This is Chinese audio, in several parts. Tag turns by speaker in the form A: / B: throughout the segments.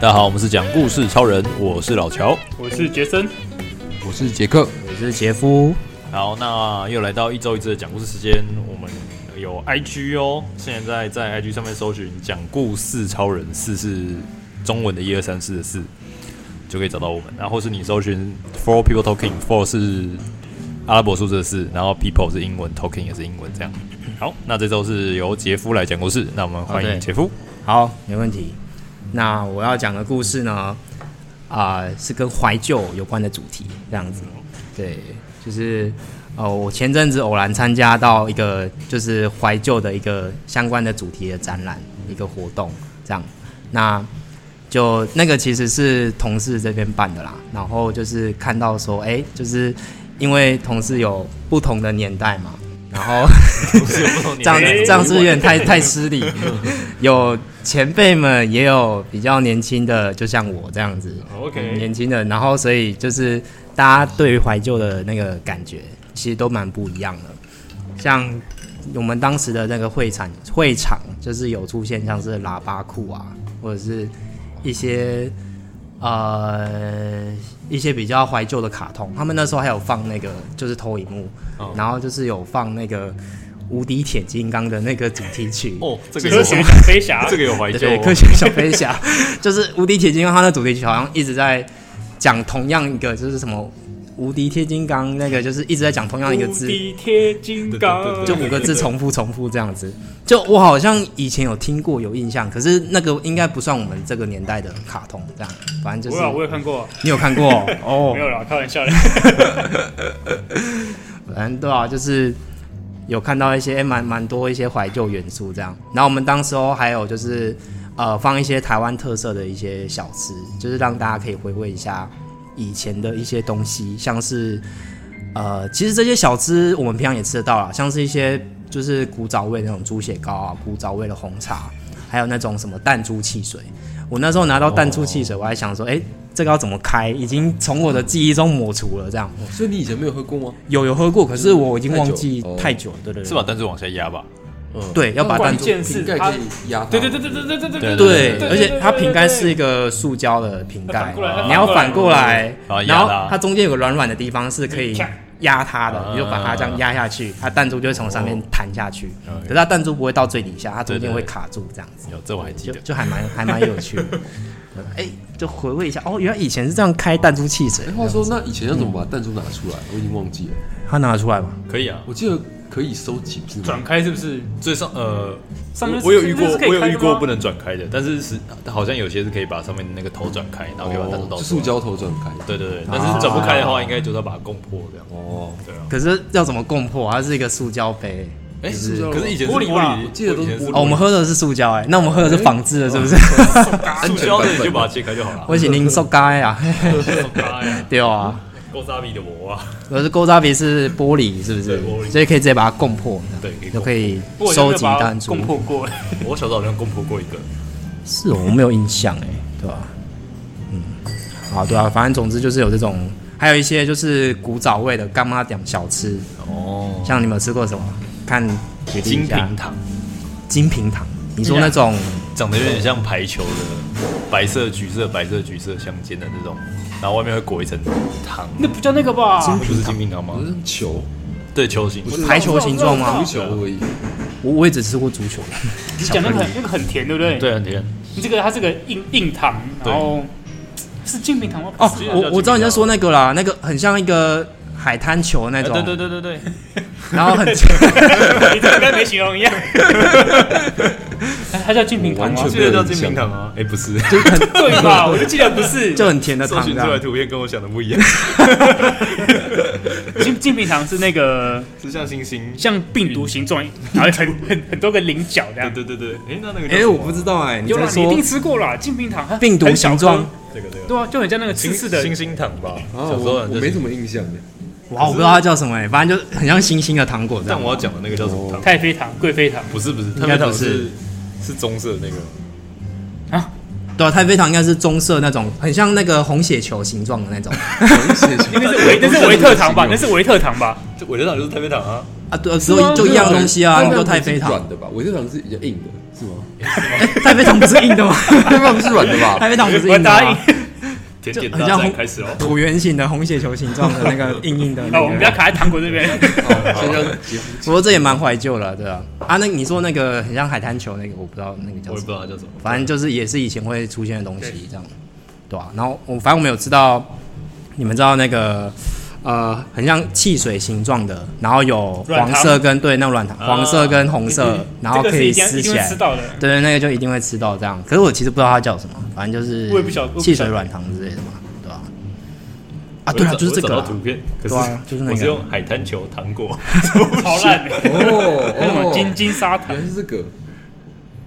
A: 大家好，我们是讲故事超人，我是老乔。
B: 我是杰森，
C: 我是杰克，
D: 我是杰夫，
A: 好，那又来到一周一次的讲故事时间，我们有 IG 哦，现在在 IG 上面搜寻“讲故事超人四”是中文的一二三四的四，就可以找到我们。然后是你搜寻 “Four People Talking”，Four 是阿拉伯数字的四，然后 People 是英文，Talking 也是英文，这样。好，那这周是由杰夫来讲故事，那我们欢
D: 哦
A: 迎
D: 对
A: 杰夫。
D: 好，没问题。那我要讲的故事呢，啊、是跟怀旧有关的主题，这样子。对，就是呃，我前阵子偶然参加到一个就是怀旧的一个相关的主题的展览，一个活动，这样。那就那个其实是同事这边办的啦，然后就是看到说，哎、就是因为同事有不同的年代嘛，然后 这样
A: 哎
D: 这样是有点 太太失礼。 有前辈们，也有比较年轻的，就像我这样子
A: 哦
B: 哦 OK
D: 嗯年轻的。然后所以就是大家对于怀旧的那个感觉，其实都蛮不一样的。像我们当时的那个会场，会场就是有出现像是喇叭裤啊，或者是一些呃一些比较怀旧的卡通，他们那时候还有放那个就是投影幕，然后就是有放那个。无敌铁金刚的那个主题曲
A: 哦，这个
B: 科
A: 有，
B: 学小飞 侠
A: 这个有怀旧
D: 对，
A: 哦，
D: 科学小飞侠就是《无敌铁金刚》，它的主题曲好像一直在讲同样一个，就是什么“无敌铁金刚”那个，就是一直在讲同样一个
B: 无
D: 字，
B: 敌铁金刚，
D: 就五个字重复重复这样子。就我好像以前有听过有印象，可是那个应该不算我们这个年代的卡通，这样反正就
B: 我
D: 是
B: 啊有我有看过，
D: 你有看过 哦
B: 没，有啦，开玩笑的。
D: 反正对啊，就是有看到一些诶哎蛮蛮多一些怀旧元素这样。然后我们当时候还有就是呃放一些台湾特色的一些小吃，就是让大家可以回味一下以前的一些东西，像是呃其实这些小吃我们平常也吃得到啦，像是一些就是古早味的那种猪血糕啊，古早味的红茶，还有那种什么弹珠汽水。我那时候拿到弹珠汽水，我还想说，哎、这个要怎么开？已经从我的记忆中抹除了这样。
C: 所以你以前没有喝过吗？
D: 有有喝过，可是我已经忘记
C: 太久哦
D: 太久了，对对 对，
A: 是把？单子往下压吧。
C: 嗯，
D: 对要把
C: 关
D: 弹
B: 珠
C: 键瓶盖可以压它，
B: 对对对对对对对
A: 对
D: 对，
A: 对
D: 而且它瓶盖是一
B: 个
D: 个塑胶的瓶
B: 反
D: 盖哦
B: 过来，
D: 你要反过来
A: 然后，哦压
D: 然后
A: 它
D: 它中间有个软软的地方是可以
B: 嗯
D: 压它的，
A: 嗯
D: 你就把它这样压下去，它弹珠就会从上面弹下去，
A: 嗯
D: 可是它弹珠不会到最底下，它中
A: 对
D: 间
A: 对
D: 会
A: 对
D: 卡住这样子，
A: 有，这我还记
D: 就
A: 得。
D: 就还蛮还蛮有趣的。 哎，就回味一下，哦，原来以前是这样开弹珠汽水
C: 哎，，话说那以前要怎么把弹珠拿出来？我已经忘记了。
D: 它拿出来吧。
A: 可以啊，
C: 我记得可以收集，不是吗
B: 转？开是不是？
A: 最上呃，
B: 上面
A: 我我有遇过，
B: 是可以
A: 我有
B: 开
A: 遇
B: 的
A: 过
B: 吗
A: 不能转开的，但是是好像有些是可以把上面的那个头转开，然后可以把弹珠
C: 哦
A: 倒
C: 就
A: 出
C: 塑
A: 来。
C: 胶头转开。
A: 对对
D: 啊
A: 对，但是转不开的话，应该就是要把它攻破这样。
C: 哦，
A: 对啊，
D: 可是要怎么攻破？它是一个塑胶杯。
A: 哎，
C: 是
A: 可是以前是
B: 玻璃吧
A: 璃，
C: 我记得都是
A: 以前
C: 玻璃
D: 哦，我们喝的是塑胶哎、那我们喝的是仿制的，是不是？
A: 塑胶的，你就把它切开就好了。
D: 我是零塑胶啊，
A: 哎呀，
D: 对啊，
A: 够傻逼的我啊！
D: 可是勾扎比是玻璃，是不
A: 对
D: 是
A: 玻璃？
D: 所以可以直接把它供破，
A: 对可以
D: 就可以
B: 不过我就没
D: 收
B: 有
D: 集
B: 把它
D: 弹珠
B: 攻。破过，
A: 我小时候好像攻破过一个，
D: 是哦，我没有印象哎，对吧、嗯，好，对啊，反正总之就是有这种，还有一些就是古早味的干妈点小吃哦，像你们有吃过什么？看举例
A: 金
D: 一下
A: 平糖，
D: 金平糖，你说那种
A: 长得有点像排球的白色、橘色、白色、橘色相间的那种，然后外面会裹一层糖。
B: 那不叫那个吧？
A: 啊不是金平糖吗
C: 好？像球，
A: 对，球形。
D: 排球形状
B: 我知道
D: 吗
C: 足？球而已。啊
D: 我我也只吃过足球的，
B: 你讲那个很那个很甜，对不对？，
A: 对，很甜。
B: 你这个它是个硬硬糖，
A: 对
B: 然后是金平糖吗？
D: 哦
B: 不是，
D: 我我知道你在说那个啦，那个很像一个海滩球那
A: 哎
D: 种，
A: 对对对对对。
D: 然后很
B: 哦你这个跟没形容一样。哎它叫金平糖
C: 我
B: 吗
C: 完？全
A: 这个叫金平糖啊？哎、不 是，啊
B: 对吧？我就记得不 是
D: 就很甜的
A: 搜
D: 糖
A: 寻
D: 这
A: 出来
D: 样。
A: 图片跟我想的不一样，
B: 金金平糖是那个
A: 是像星星。
B: 像病毒形状，然后很很很多个菱角这
A: 对
B: 样。
A: 对对对，哎、那那个叫
D: 哎、
A: 什么
D: 我不知道哎、你
B: 有
D: 在
B: 啦，你一
D: 说
B: 定吃过啦，金平糖它
D: 病毒
B: 很小
D: 形状
B: 颗，
A: 这个这个
B: 对啊，就很像那个刺刺的
A: 星星糖吧？
C: 啊，
A: 小时候
C: 我我没
A: 么，
C: 什么印象的。
D: 哇，我不知道它叫什么哎、反正就很像星星的糖果这样
A: 但。我要讲的那个叫什么糖？
B: 太妃糖、贵妃糖
A: 不是不是，
D: 应该
A: 它
D: 不
A: 不
D: 是
A: 是是棕色的那个。
B: 啊，
D: 对啊，太妃糖应该是棕色那种，很像那个红血球形状的那种。
C: 那
B: 那是维那是维特糖吧？那是维特糖吧？
A: 这我知道就是太妃糖啊，
D: 啊，对，
C: 是
D: 只
C: 吗
D: 有就一样东西啊，
C: 那
D: 就
C: 个
D: 太妃
C: 是软
D: 糖。
C: 的吧？委托糖是比较硬的，是吗？
D: 太妃糖不是硬 的吗？
C: 太妃糖是软的吧？
D: 太妃糖不是
B: 我
D: 硬的
B: 答应
D: 吗？。
B: 甜点
D: 很
B: 大
D: 像
B: 战
D: 红
B: 开 始哦。
D: 椭圆形的红血球形状的那个硬硬的
B: 哦，
D: 那
B: 我们不要
D: 个。
B: 卡在糖果这边。
C: 先让杰夫
D: 不过这也蛮怀旧了，对啊。啊，那你说那个很像海滩球那个，我不知道那个
A: 我
D: 叫
A: 也不
D: 什
A: 知
D: 么，
A: 道它叫什么。
D: 反正就是也是以前会出现的东西，这样，对啊。然后我反正我们有知道，你们知道那个呃，很像汽水形状的，然后有
B: 软
D: 黄
B: 糖
D: 色跟对那种软糖，
A: 啊
D: 黄色跟红色， 然后
B: 嗯这个
D: 可
B: 是
D: 以
B: 一定
D: 撕
B: 一定
D: 起
B: 会
D: 来
B: 吃。到的。
D: 对对，那个就一定会吃到这样。可是我其实不知道它叫什么，反正就是
B: 我也不晓我也不晓得
D: 汽水软糖之类的嘛，对吧、啊？对啊，
A: 我
D: 就是这
A: 我
D: 个
A: 找
D: 啦
A: 到图片，可是
D: 对啊就是那个
A: 我是用海滩球糖 果，
B: 超烂的，
C: 哦
B: 那种金
C: 哦，
B: 金砂糖
C: 原，来是这个，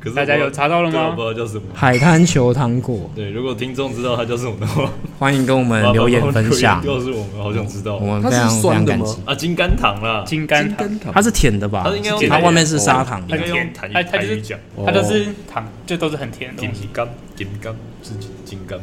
A: 可是我
B: 大家有查到了
A: 对我
B: 吗
A: 不？知道叫什么。
D: 海滩球糖果，
A: 对，如果听众知道它叫什么的话，
D: 欢迎跟我们 留言分享，
A: 告诉我们，好想知道
D: 我们
C: 它
D: 非
C: 是
D: 常非常
C: 酸的
D: 感
C: 吗
D: 激。
A: 啊，金甘糖啦，
B: 金甘
C: 金
B: 糖，
C: 甘糖
D: 它是甜的吧？
A: 它应该用
D: 它
A: 甜的
D: 外面是砂糖
A: 应，该
B: 甜
A: 用台，
B: 它它
A: 台
B: 就
A: 语
B: 是
A: 讲，
B: 它都是糖，这都是很甜的
A: 金
B: 东
D: 哦
B: 西。
A: 甘，金甘是金甘，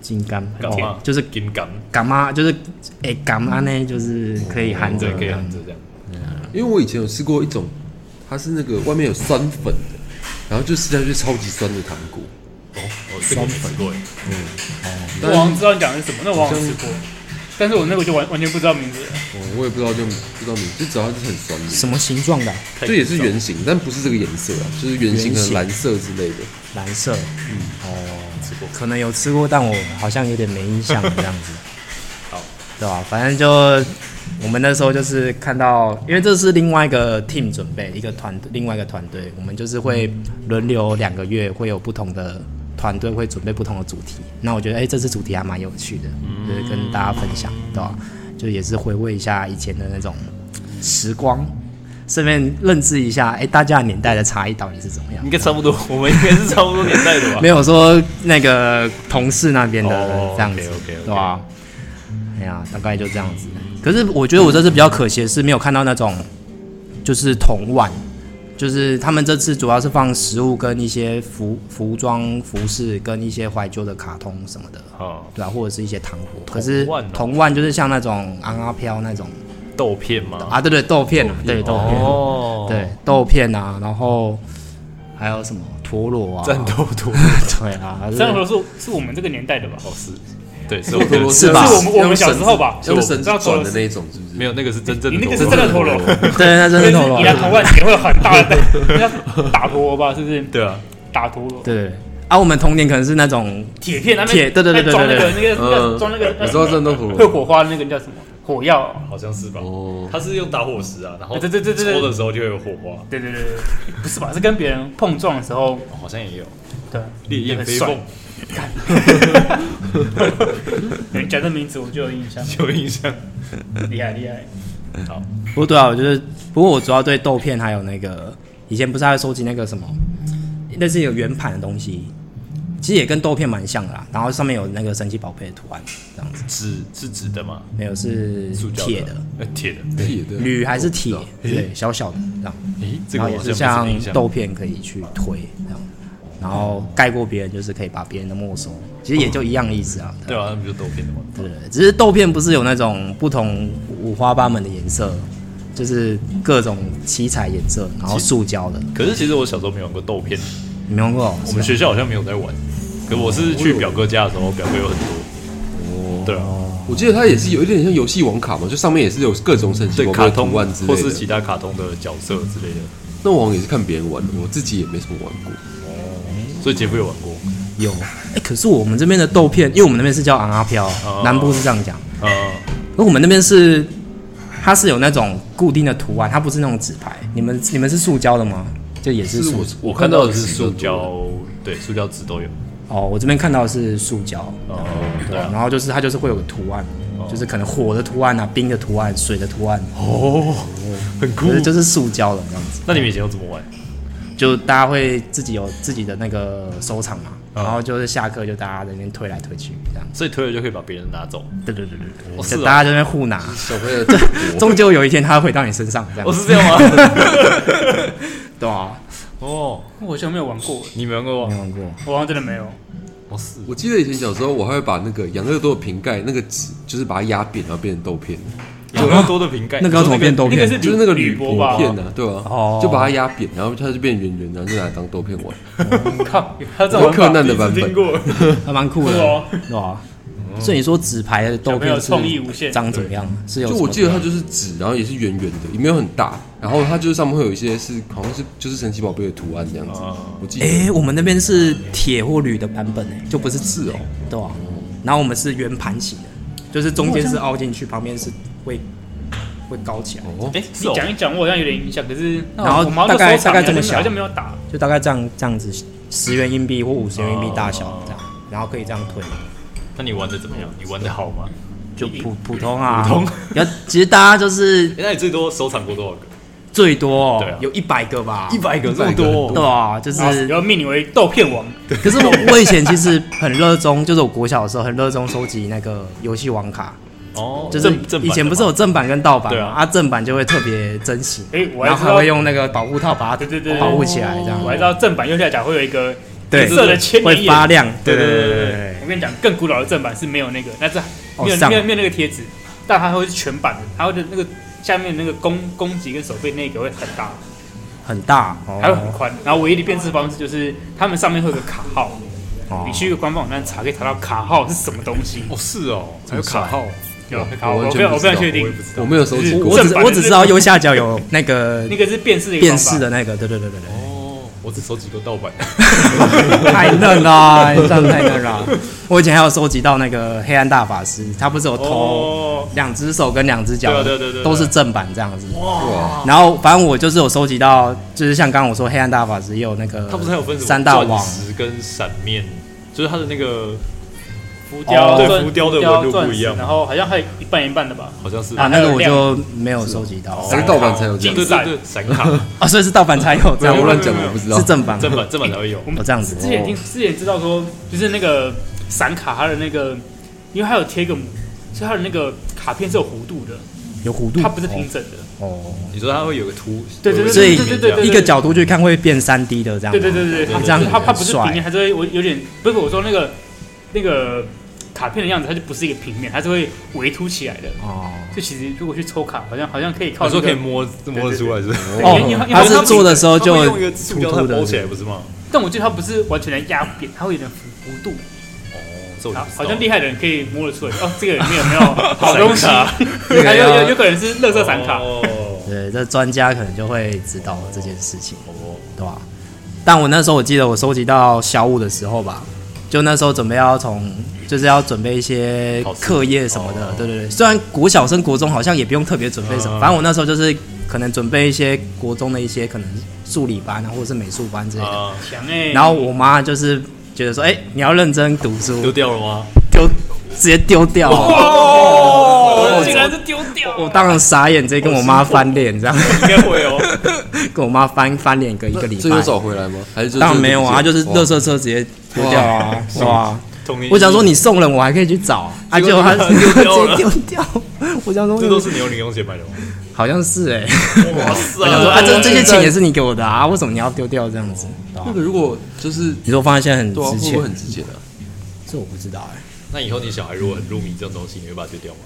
D: 金柑，
A: 干嘛
D: 哦？就是
A: 金甘，
D: 干妈，就是哎干妈呢，就是可以含着
A: 对，可以含着这样。
C: 因为我以前有吃过一种，它是那个外面有酸粉的，然后就吃下去超级酸的糖果，
A: 哦，这个没吃
D: 嗯
A: 过耶，
B: 我好像知道你讲的是什么，那我好像吃过，但是我那个就完完全不知道名字了。
C: 哦我我也不知道就不知道名字，就只要它是很酸的，
D: 什么形状的啊？
C: 这也是圆形，但不是这个颜色啊，就是圆形
D: 圆
C: 的
D: 形
C: 蓝色之类的。
D: 蓝色，嗯，哦，可能有吃过，但我好像有点没印象这样 子。
A: 好，
D: 对吧、反正就我们那时候就是看到，因为这是另外一个 team 准备一个团，另外一个团队，我们就是会轮流两个月，会有不同的团队会准备不同的主题。那我觉得，哎、这次主题还蛮有趣的，就是跟大家分享，对吧、就也是回味一下以前的那种时光。顺便认知一下，哎、大家的年代的差异到底是怎么样？
A: 应该差不多， 我们应该是差不多年代的吧？
D: 没有说那个同事那边的
A: 哦
D: 这样子
A: OK，OK，OK
D: 对吧？哎呀，大概就这样子。可是我觉得我这次比较可惜的是没有看到那种就是同晚，就是他们这次主要是放食物跟一些服服装、服饰跟一些怀旧的卡通什么的，
A: 啊，
D: 对啊，或者是一些糖果。可是
A: 同腕哦
D: 同腕就是像那种昂阿飘那种
A: 豆片吗？
D: 啊，对对，豆片啊，对豆片，
A: 哦，
D: 对，豆片啊，然后还有什么陀螺啊，
A: 战斗陀螺，
D: 对啊，就是
B: 三合是是我们这个年代的吧？
A: 哦是，对，是
C: 哦是
A: 我
C: 陀
A: 们
C: 螺
A: 的，
D: 是吧
B: 是我们我们小时候吧
C: 用绳子转的那一种，是不是？
A: 没有那个是真正
B: 你
A: 的，
B: 那个是真的陀螺，，
D: 对，那真的陀螺
B: 你。的头发也会有很大 的，那叫打陀螺吧？是不是？
A: 对啊，
B: 打陀螺，
D: 对啊，我们童年可能是那种
B: 铁片那边
D: 铁对对对对
B: 装那个
D: 对嗯
B: 那个那个装那个
C: 我
B: 那
C: 嗯知道
B: 个
C: 战斗陀
B: 会
C: 螺。
B: 火花的那个叫什么火药哦？
A: 好像是吧？
C: 哦，
A: 它是用打火石啊，然后
B: 对对对对对
A: 搓的时候就会有火花，
B: 对对对对，对不是吧？是跟别人碰撞的时候，
A: 哦好像也有
B: 对，
A: 烈焰飞
B: 很
A: 凤
B: 帅， 你讲这名字我就有印象，
A: 有印象。
B: 厉害厉害。
A: 好，
D: 不过对啊，我就是不过我主要对豆片还有那个以前不是还收集那个什么，那是有圆盘的东西，其实也跟豆片蛮像的啦。然后上面有那个神奇宝贝的图案，这样子
A: 纸是纸的吗？
D: 没有是
A: 塑胶
D: 铁的，
A: 呃，铁的。
C: 铁的
D: 铝还是铁
C: 我不知道，
D: 对，小小的这样，
A: 诶，这
D: 然
A: 个我
D: 后也
A: 好
D: 是
A: 像没什么
D: 像
A: 印象。
D: 豆片可以去推这样，然后盖过别人就是可以把别人的没收，其实也就一样意思啊。对啊
A: 对啊，那不就豆片的吗？
D: 对，只是豆片不是有那种不同五花八门的颜色，就是各种七彩颜色，然后塑胶的，
A: 可是其实我小时候没玩过豆片，
D: 你没用过？啊
A: 我们学校好像没有在玩。可我是去表哥家的时候，表哥有很多。对啊，
C: 我记得它也是有一点像游戏王卡嘛，就上面也是有各种神奇
A: 对
C: 宝贝
A: 卡
C: 的
A: 通
C: 图案之
A: 或
C: 类
A: 是其
C: 的。
A: 他卡通的角色之类的，
C: 那我好像也是看别人玩的，我自己也没什么玩过。
A: 所以杰夫有玩过。
D: 有。哎、可是我们这边的豆片，因为我们那边是叫昂阿飘，
A: 哦
D: 南部是这样讲，
A: 呃，
D: 而我们那边是它是有那种固定的图案，它不是那种纸牌。你们你们是塑胶的吗？就也是
C: 是
D: 塑
C: 我
A: 我
C: 我
A: 看
C: 看
A: 到
C: 到
A: 的
C: 的
A: 是
C: 是
A: 塑
C: 塑
A: 胶
C: 胶，
A: 对，塑胶纸都有。
D: 哦，我这边看到的是塑胶，
A: 哦，
D: 对
A: 对
D: 吧、
A: 啊，哦
D: 然后就是它就是会有个图案，就是可能火的图案啊、冰的图案、水的图案，
A: 哦很酷
D: 可。是就是塑胶的这样子。
A: 那你们以前都怎么玩？
D: 就大家会自己有自己的那个收藏嘛，然后就是下课就大家在那边推来推去这样。
A: 所以推了就可以把别人拿走。
D: 对对对对
A: 哦
D: 对，
A: 是
D: 就
A: 哦
D: 大家在那边互拿，
C: 小朋友的国，
D: 终究有一天它会回到你身上这样
A: 哦，
D: 子。
A: 是这样吗？
D: 对啊，
A: 哦，
B: 我好像没有玩过，
A: 你没玩过
D: 没
A: 吗？
D: 玩过。
B: 我好像真的没有。
A: 哦，是。
C: 我记得以前小时候我还会把那个养乐多的瓶盖那个纸，就是把它压扁，然后变成豆片。
A: 有那么多的瓶盖，
D: 那个要怎么变豆
B: 那
D: 片
B: 个？是
C: 就是那个铝
B: 箔吧？
C: 片啊，对吧、
D: 哦
C: 就把它压扁，然后它就变圆圆，然后就拿来当豆片玩。
B: 靠，他这种
C: 柯南的版本
B: 听过，
D: 还蛮酷
B: 是
D: 的
B: 哦，
D: 对吧？所以你说纸牌的豆
B: 小朋
D: 片
B: 友
D: 是
B: 创意无限
D: 长怎么样？是有
C: 就
D: 什么
C: 我记得它
D: 样
C: 就是纸，然后也是圆圆的，也没有很大，然后它就是上面会有一些是好像是就是神奇宝贝的图案这样子。我记得、
D: 哎、我们那边是铁或铝的版本哎、就不是
C: 是哦，
D: 对啊，然后我们是圆盘型的，就是中间是凹进去，旁边是会会高起来，
C: 哦，
B: 哎，
A: 是哦
B: 你讲一讲，我好像有点印象，可是
D: 然后
B: 我们
D: 大概
B: 要
D: 大概这么小
B: 好像没有打，
D: 就大概这样这样子，十元硬币或五十元硬币大小
A: 哦
D: 这样，然后可以这样推，
A: 那你玩的怎么样？你玩的好吗？
D: 就普普通啊，
A: 普通。
D: 然后其实大家就是
A: 哎那你最多收藏过多少个？
D: 最多、哦
A: 对啊
D: 有一百个吧，
A: 百个
C: 这么多
D: 对啊，就
B: 然后
D: 是
B: 然后命你为豆片王，
D: 可是我我以前其实很热衷， 就是我国小的时候很热衷收集那个游戏王卡，
A: 哦，
D: 就是
A: 正正版的
D: 以前不是
A: 吗
D: 有正版跟盗版
A: 对
D: 嘛，
A: 啊
D: 啊，正版就会特别珍惜，
B: 哎我还
D: 然后还
B: 知道
D: 会用那个保护套把它
B: 对对对对
D: 保护起来，这样
B: 我还知道正版右下角会有一个
D: 对
B: 紫色的千年
D: 会
B: 眼
D: 发。亮，对
A: 对
D: 对
A: 对
D: 对
A: 对
D: 对
A: 对
D: 对。
B: 我跟你讲，更古老的正版是没有那个，那是
D: 哦
B: 没有、
D: 上
B: 没有没有那个贴纸，但它会是全版的，它会的那个下面那个攻攻击跟手背那个会很大，
A: 哦
D: 很大，哦
B: 还会很宽。然后唯一的辨识方式就是他们上面会有个卡号，
D: 哦
B: 你去官方网站查可以查到卡号是什么东西。
A: 哦是哦，还有卡号，
B: 有卡
C: 我
B: 号，
C: 完
B: 我
C: 全
B: 非常我
C: 不知
B: 非
C: 道
B: 常确定
A: 我也不知，道
C: 我没有收集
B: 就是
C: 过。
D: 我只
B: 正版
D: 我只知道右下角有那个
B: 那个是辨识的一个
D: 辨
B: 方
D: 识
B: 法
D: 的那个，对对对对对，
A: 哦，我只收集过盗版，哦
D: 太嫩了，这样太嫩了。我以前还有收集到那个黑暗大法师，他不是有偷
B: 哦，
D: 两只手跟两只脚，
A: 对啊对啊对啊对啊
D: 都是正版这样子。
C: 哇，
D: 然后反正我就是有收集到，就是像刚刚我说黑暗大法师也有那个，
A: 它不是还有分什么
D: 三大网
A: 钻，石跟闪面，就是它的那个
B: 浮雕
A: 哦对
B: 钻
A: 浮雕的纹路不一样
B: 钻石然后好像还有一半一半的吧。
A: 好像是
D: 啊，
A: 对
D: 那个我就没有收集到
C: 这
A: 哦
C: 个盗版才有这
A: 对对
C: 样子，
A: 对，对闪卡
D: 啊，所以是盗版才有这样
C: 我
D: 吗，
C: 乱讲，我不知道
D: 是。正版啊
A: 正版正版才会有
B: 我们
D: 哦这样子
B: 之前听之前知道说，就是那个闪卡它的那个，因为它有贴一个模，所以它的那个卡片是有弧度的，
D: 哦有弧度，
B: 它不是平整的。
D: 哦，
A: 你说它会有个凸，
B: 对对对
D: 所以
A: 有个
B: 对对对
D: 一个角度去看会变三 D 的这样吗，
B: 对对对对对，
A: 啊
B: 它
A: 这样
B: 就是它
D: 很
B: 它不是
D: 帅
B: 平面，它就会我有点不是我说那个那个卡片的样子，它就不是一个平面，它是会微凸起来的。
D: 哦，
B: 就其实如果去抽卡，好像好像可以靠、
A: 我哦
B: 那个
A: 说可以摸摸得出来是不是？
B: 对
D: 哦
B: 因为因为
D: 它
B: 它
D: 是
B: 是
D: 做的时候
A: 它
D: 就
A: 会用一个塑
D: 凸
A: 胶
D: 凸
A: 它
D: 的
A: 包起来不是吗？
B: 但我记得它不是完全的压扁，它会有点弧度，
A: 哦，这我就
B: 好
A: 不知道
B: 好像厉害的人可以摸得出来。哦，这个里面有没有好
A: 闪
B: 东西？
A: 卡
D: 这
B: 还
D: 个
B: 有有
D: 要
B: 有可能是乐色闪卡。
A: 哦
D: 对这专家可能就会知道这件事情，
A: 哦
D: 对吧？但我那时候我记得我收集到小五的时候吧，就那时候准备要从就是要准备一些
A: 考试
D: 课业什么的
A: 哦，
D: 对对对。虽然国小升国中好像也不用特别准备
B: 啊
D: 什么，
A: 嗯
D: 反正我那时候就是可能准备一些国中的一些可能数理班啊，或者是美术班之类的。
A: 啊，
B: 强哎、
D: 然后我妈就是觉得说，哎，你要认真读书，
A: 丢掉了吗？
D: 丢直接丢掉。
B: 哦，竟然是丢掉，
D: 我当然傻眼，直接跟我妈翻脸，这样
A: 应该会哦，
D: 跟我妈翻翻脸个一个礼
C: 这有
D: 拜。
C: 找回来吗？还是就哦
D: 当然没有啊，他就是
C: 哇
D: 垃圾车直接丢掉啊，是吧？
A: 童年
D: 我想说你送人，我还可以去找，啊，结
A: 结
D: 果
A: 果
D: 他
A: 你
D: 直
A: 把它丢
D: 接
A: 了
D: 丢掉。我想
A: 这都
D: 说，
A: 是你用零用钱买的吗？
D: 好像是哎，
A: 哇塞
D: 我想说啊，这这些嗯钱也是你给我的啊，为什么你要丢掉这样子？对
C: 那
D: 吧
C: 个如果就是
D: 你说放在现在很
C: 对啊，会
D: 值
C: 不会
D: 钱
C: 很，值钱啊？
D: 这我不知道哎。
A: 那以后你小孩如果很入迷这种东西，你会把它丢掉吗？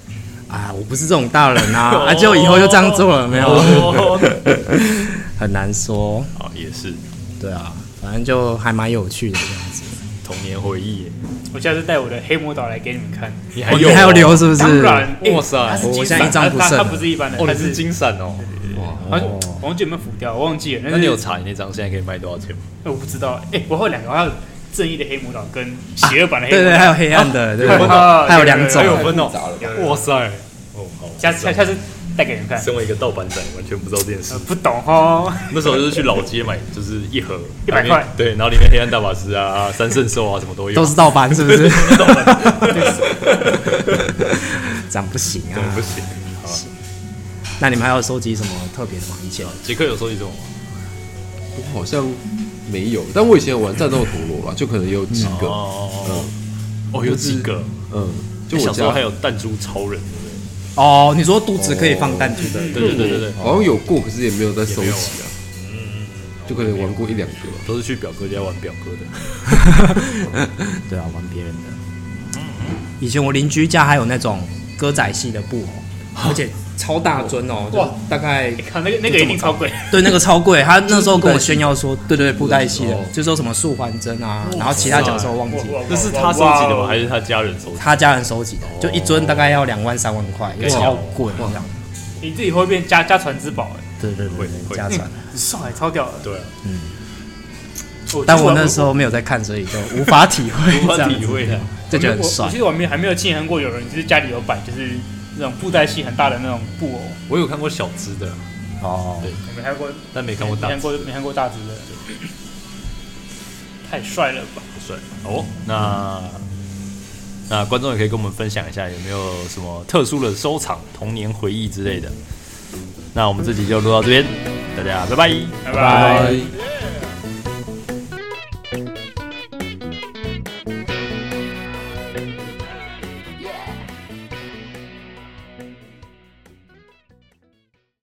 D: 啊，我不是这种大人 啊，啊，就以后就这样做了没有？
A: 哦，
D: 很难说，
A: 好，也是
D: 对啊，反正就还蛮有趣的这样子。
A: 童年回忆耶。
B: 我下次带我的黑魔导来给你们看。
A: 你啊
D: 哦你还有留是不是？
B: 当然，哎
A: 哇塞
B: 它是金
D: 我现
B: 闪
D: 在一张不
B: 它它它
D: 剩了
B: 不是一般的，
A: 哦，
B: 它
A: 你是金闪哦。
B: 好像我忘记有没有浮雕，我忘记了。
A: 那
B: 但
A: 你
B: 是
A: 有查你那张现在可以卖多少钱吗？
B: 我不知道，哎、我会有两个，我还有正义的黑魔导跟邪恶版的黑
D: 对
B: 魔
D: 啊对，
B: 导。
D: 还有黑暗的，对不对？
B: 啊
D: 还有两种
A: 还有分哦
C: 太复杂了吧
B: 有有有
A: 哇塞，哦好。
B: 下次下下次带给你们看。
A: 身为一个盗版仔，完全不知道这件事
B: 呃。不懂哦，
A: 那时候就是去老街买，就是一盒
B: 100
A: 里面
B: 块
A: 对，然后里面黑暗大法师啊、三圣兽啊什么都有，
D: 都是盗版，是不 是？这样不行
A: 真的
D: 啊
A: 不！行。好吧
D: 那你们还有收集什么特别的吗？以前
A: 杰克有收集这种吗？
C: 我好像没有，但我以前有玩战斗陀螺啦，就可能也有几个，
A: 哦
C: 嗯
A: 哦，有几个。
C: 嗯，就我
A: 小时候
C: 家
A: 还有弹珠超人，对不对？
D: 哦，你说肚子可以放弹珠的，
A: 对对对对对，
C: 好像有过，可是也没有在收
A: 也没有
C: 集啊，
A: 嗯
C: 就可能玩过一两个吧。
A: 都是去表哥家玩表哥的。
D: 对啊，玩别人的。以前我邻居家还有那种歌仔戏的布偶，而且超大尊哦，
B: 哇
D: 啊哇，大概
B: 你哎看那个那个一定超贵，
D: 对那个超贵，他那时候跟我炫耀说，对对，对布袋戏的
C: 哦，
D: 就说什么素还真啊，然后其他角色我忘记了，
A: 那是他收集
B: 哦
A: 的吗？还是他家人收集？
D: 他家人收集的，就一尊大概要两万三万块，
A: 哦哇
D: 超贵这样，
B: 你自己会变家家传之宝哎，
D: 对对对
A: 会
D: 对，
A: 会嗯
D: 家传。
B: 很帅，超屌的。
A: 对啊，
D: 但我那时候没有在看，所以就无法体会
A: 无
D: 这
A: 法
D: 样
A: 体啊
D: 子，
A: 会的。
D: 就觉得很
B: 我
D: 帅
B: 我其。实我没还没有亲眼过有人就是家里有摆就是那种布袋戏很大的那种布偶，
A: 我有看过小只的，
D: 哦，
B: 我没看过，
A: 但没看过
B: 没
A: 大
B: 看
A: 只
B: 过没看过大只的，太帅了吧！
A: 帅哦。那那观众也可以跟我们分享一下，有没有什么特殊的收藏、童年回忆之类的？那我们这集就录到这边，大家拜拜。
B: 拜拜。
C: 拜。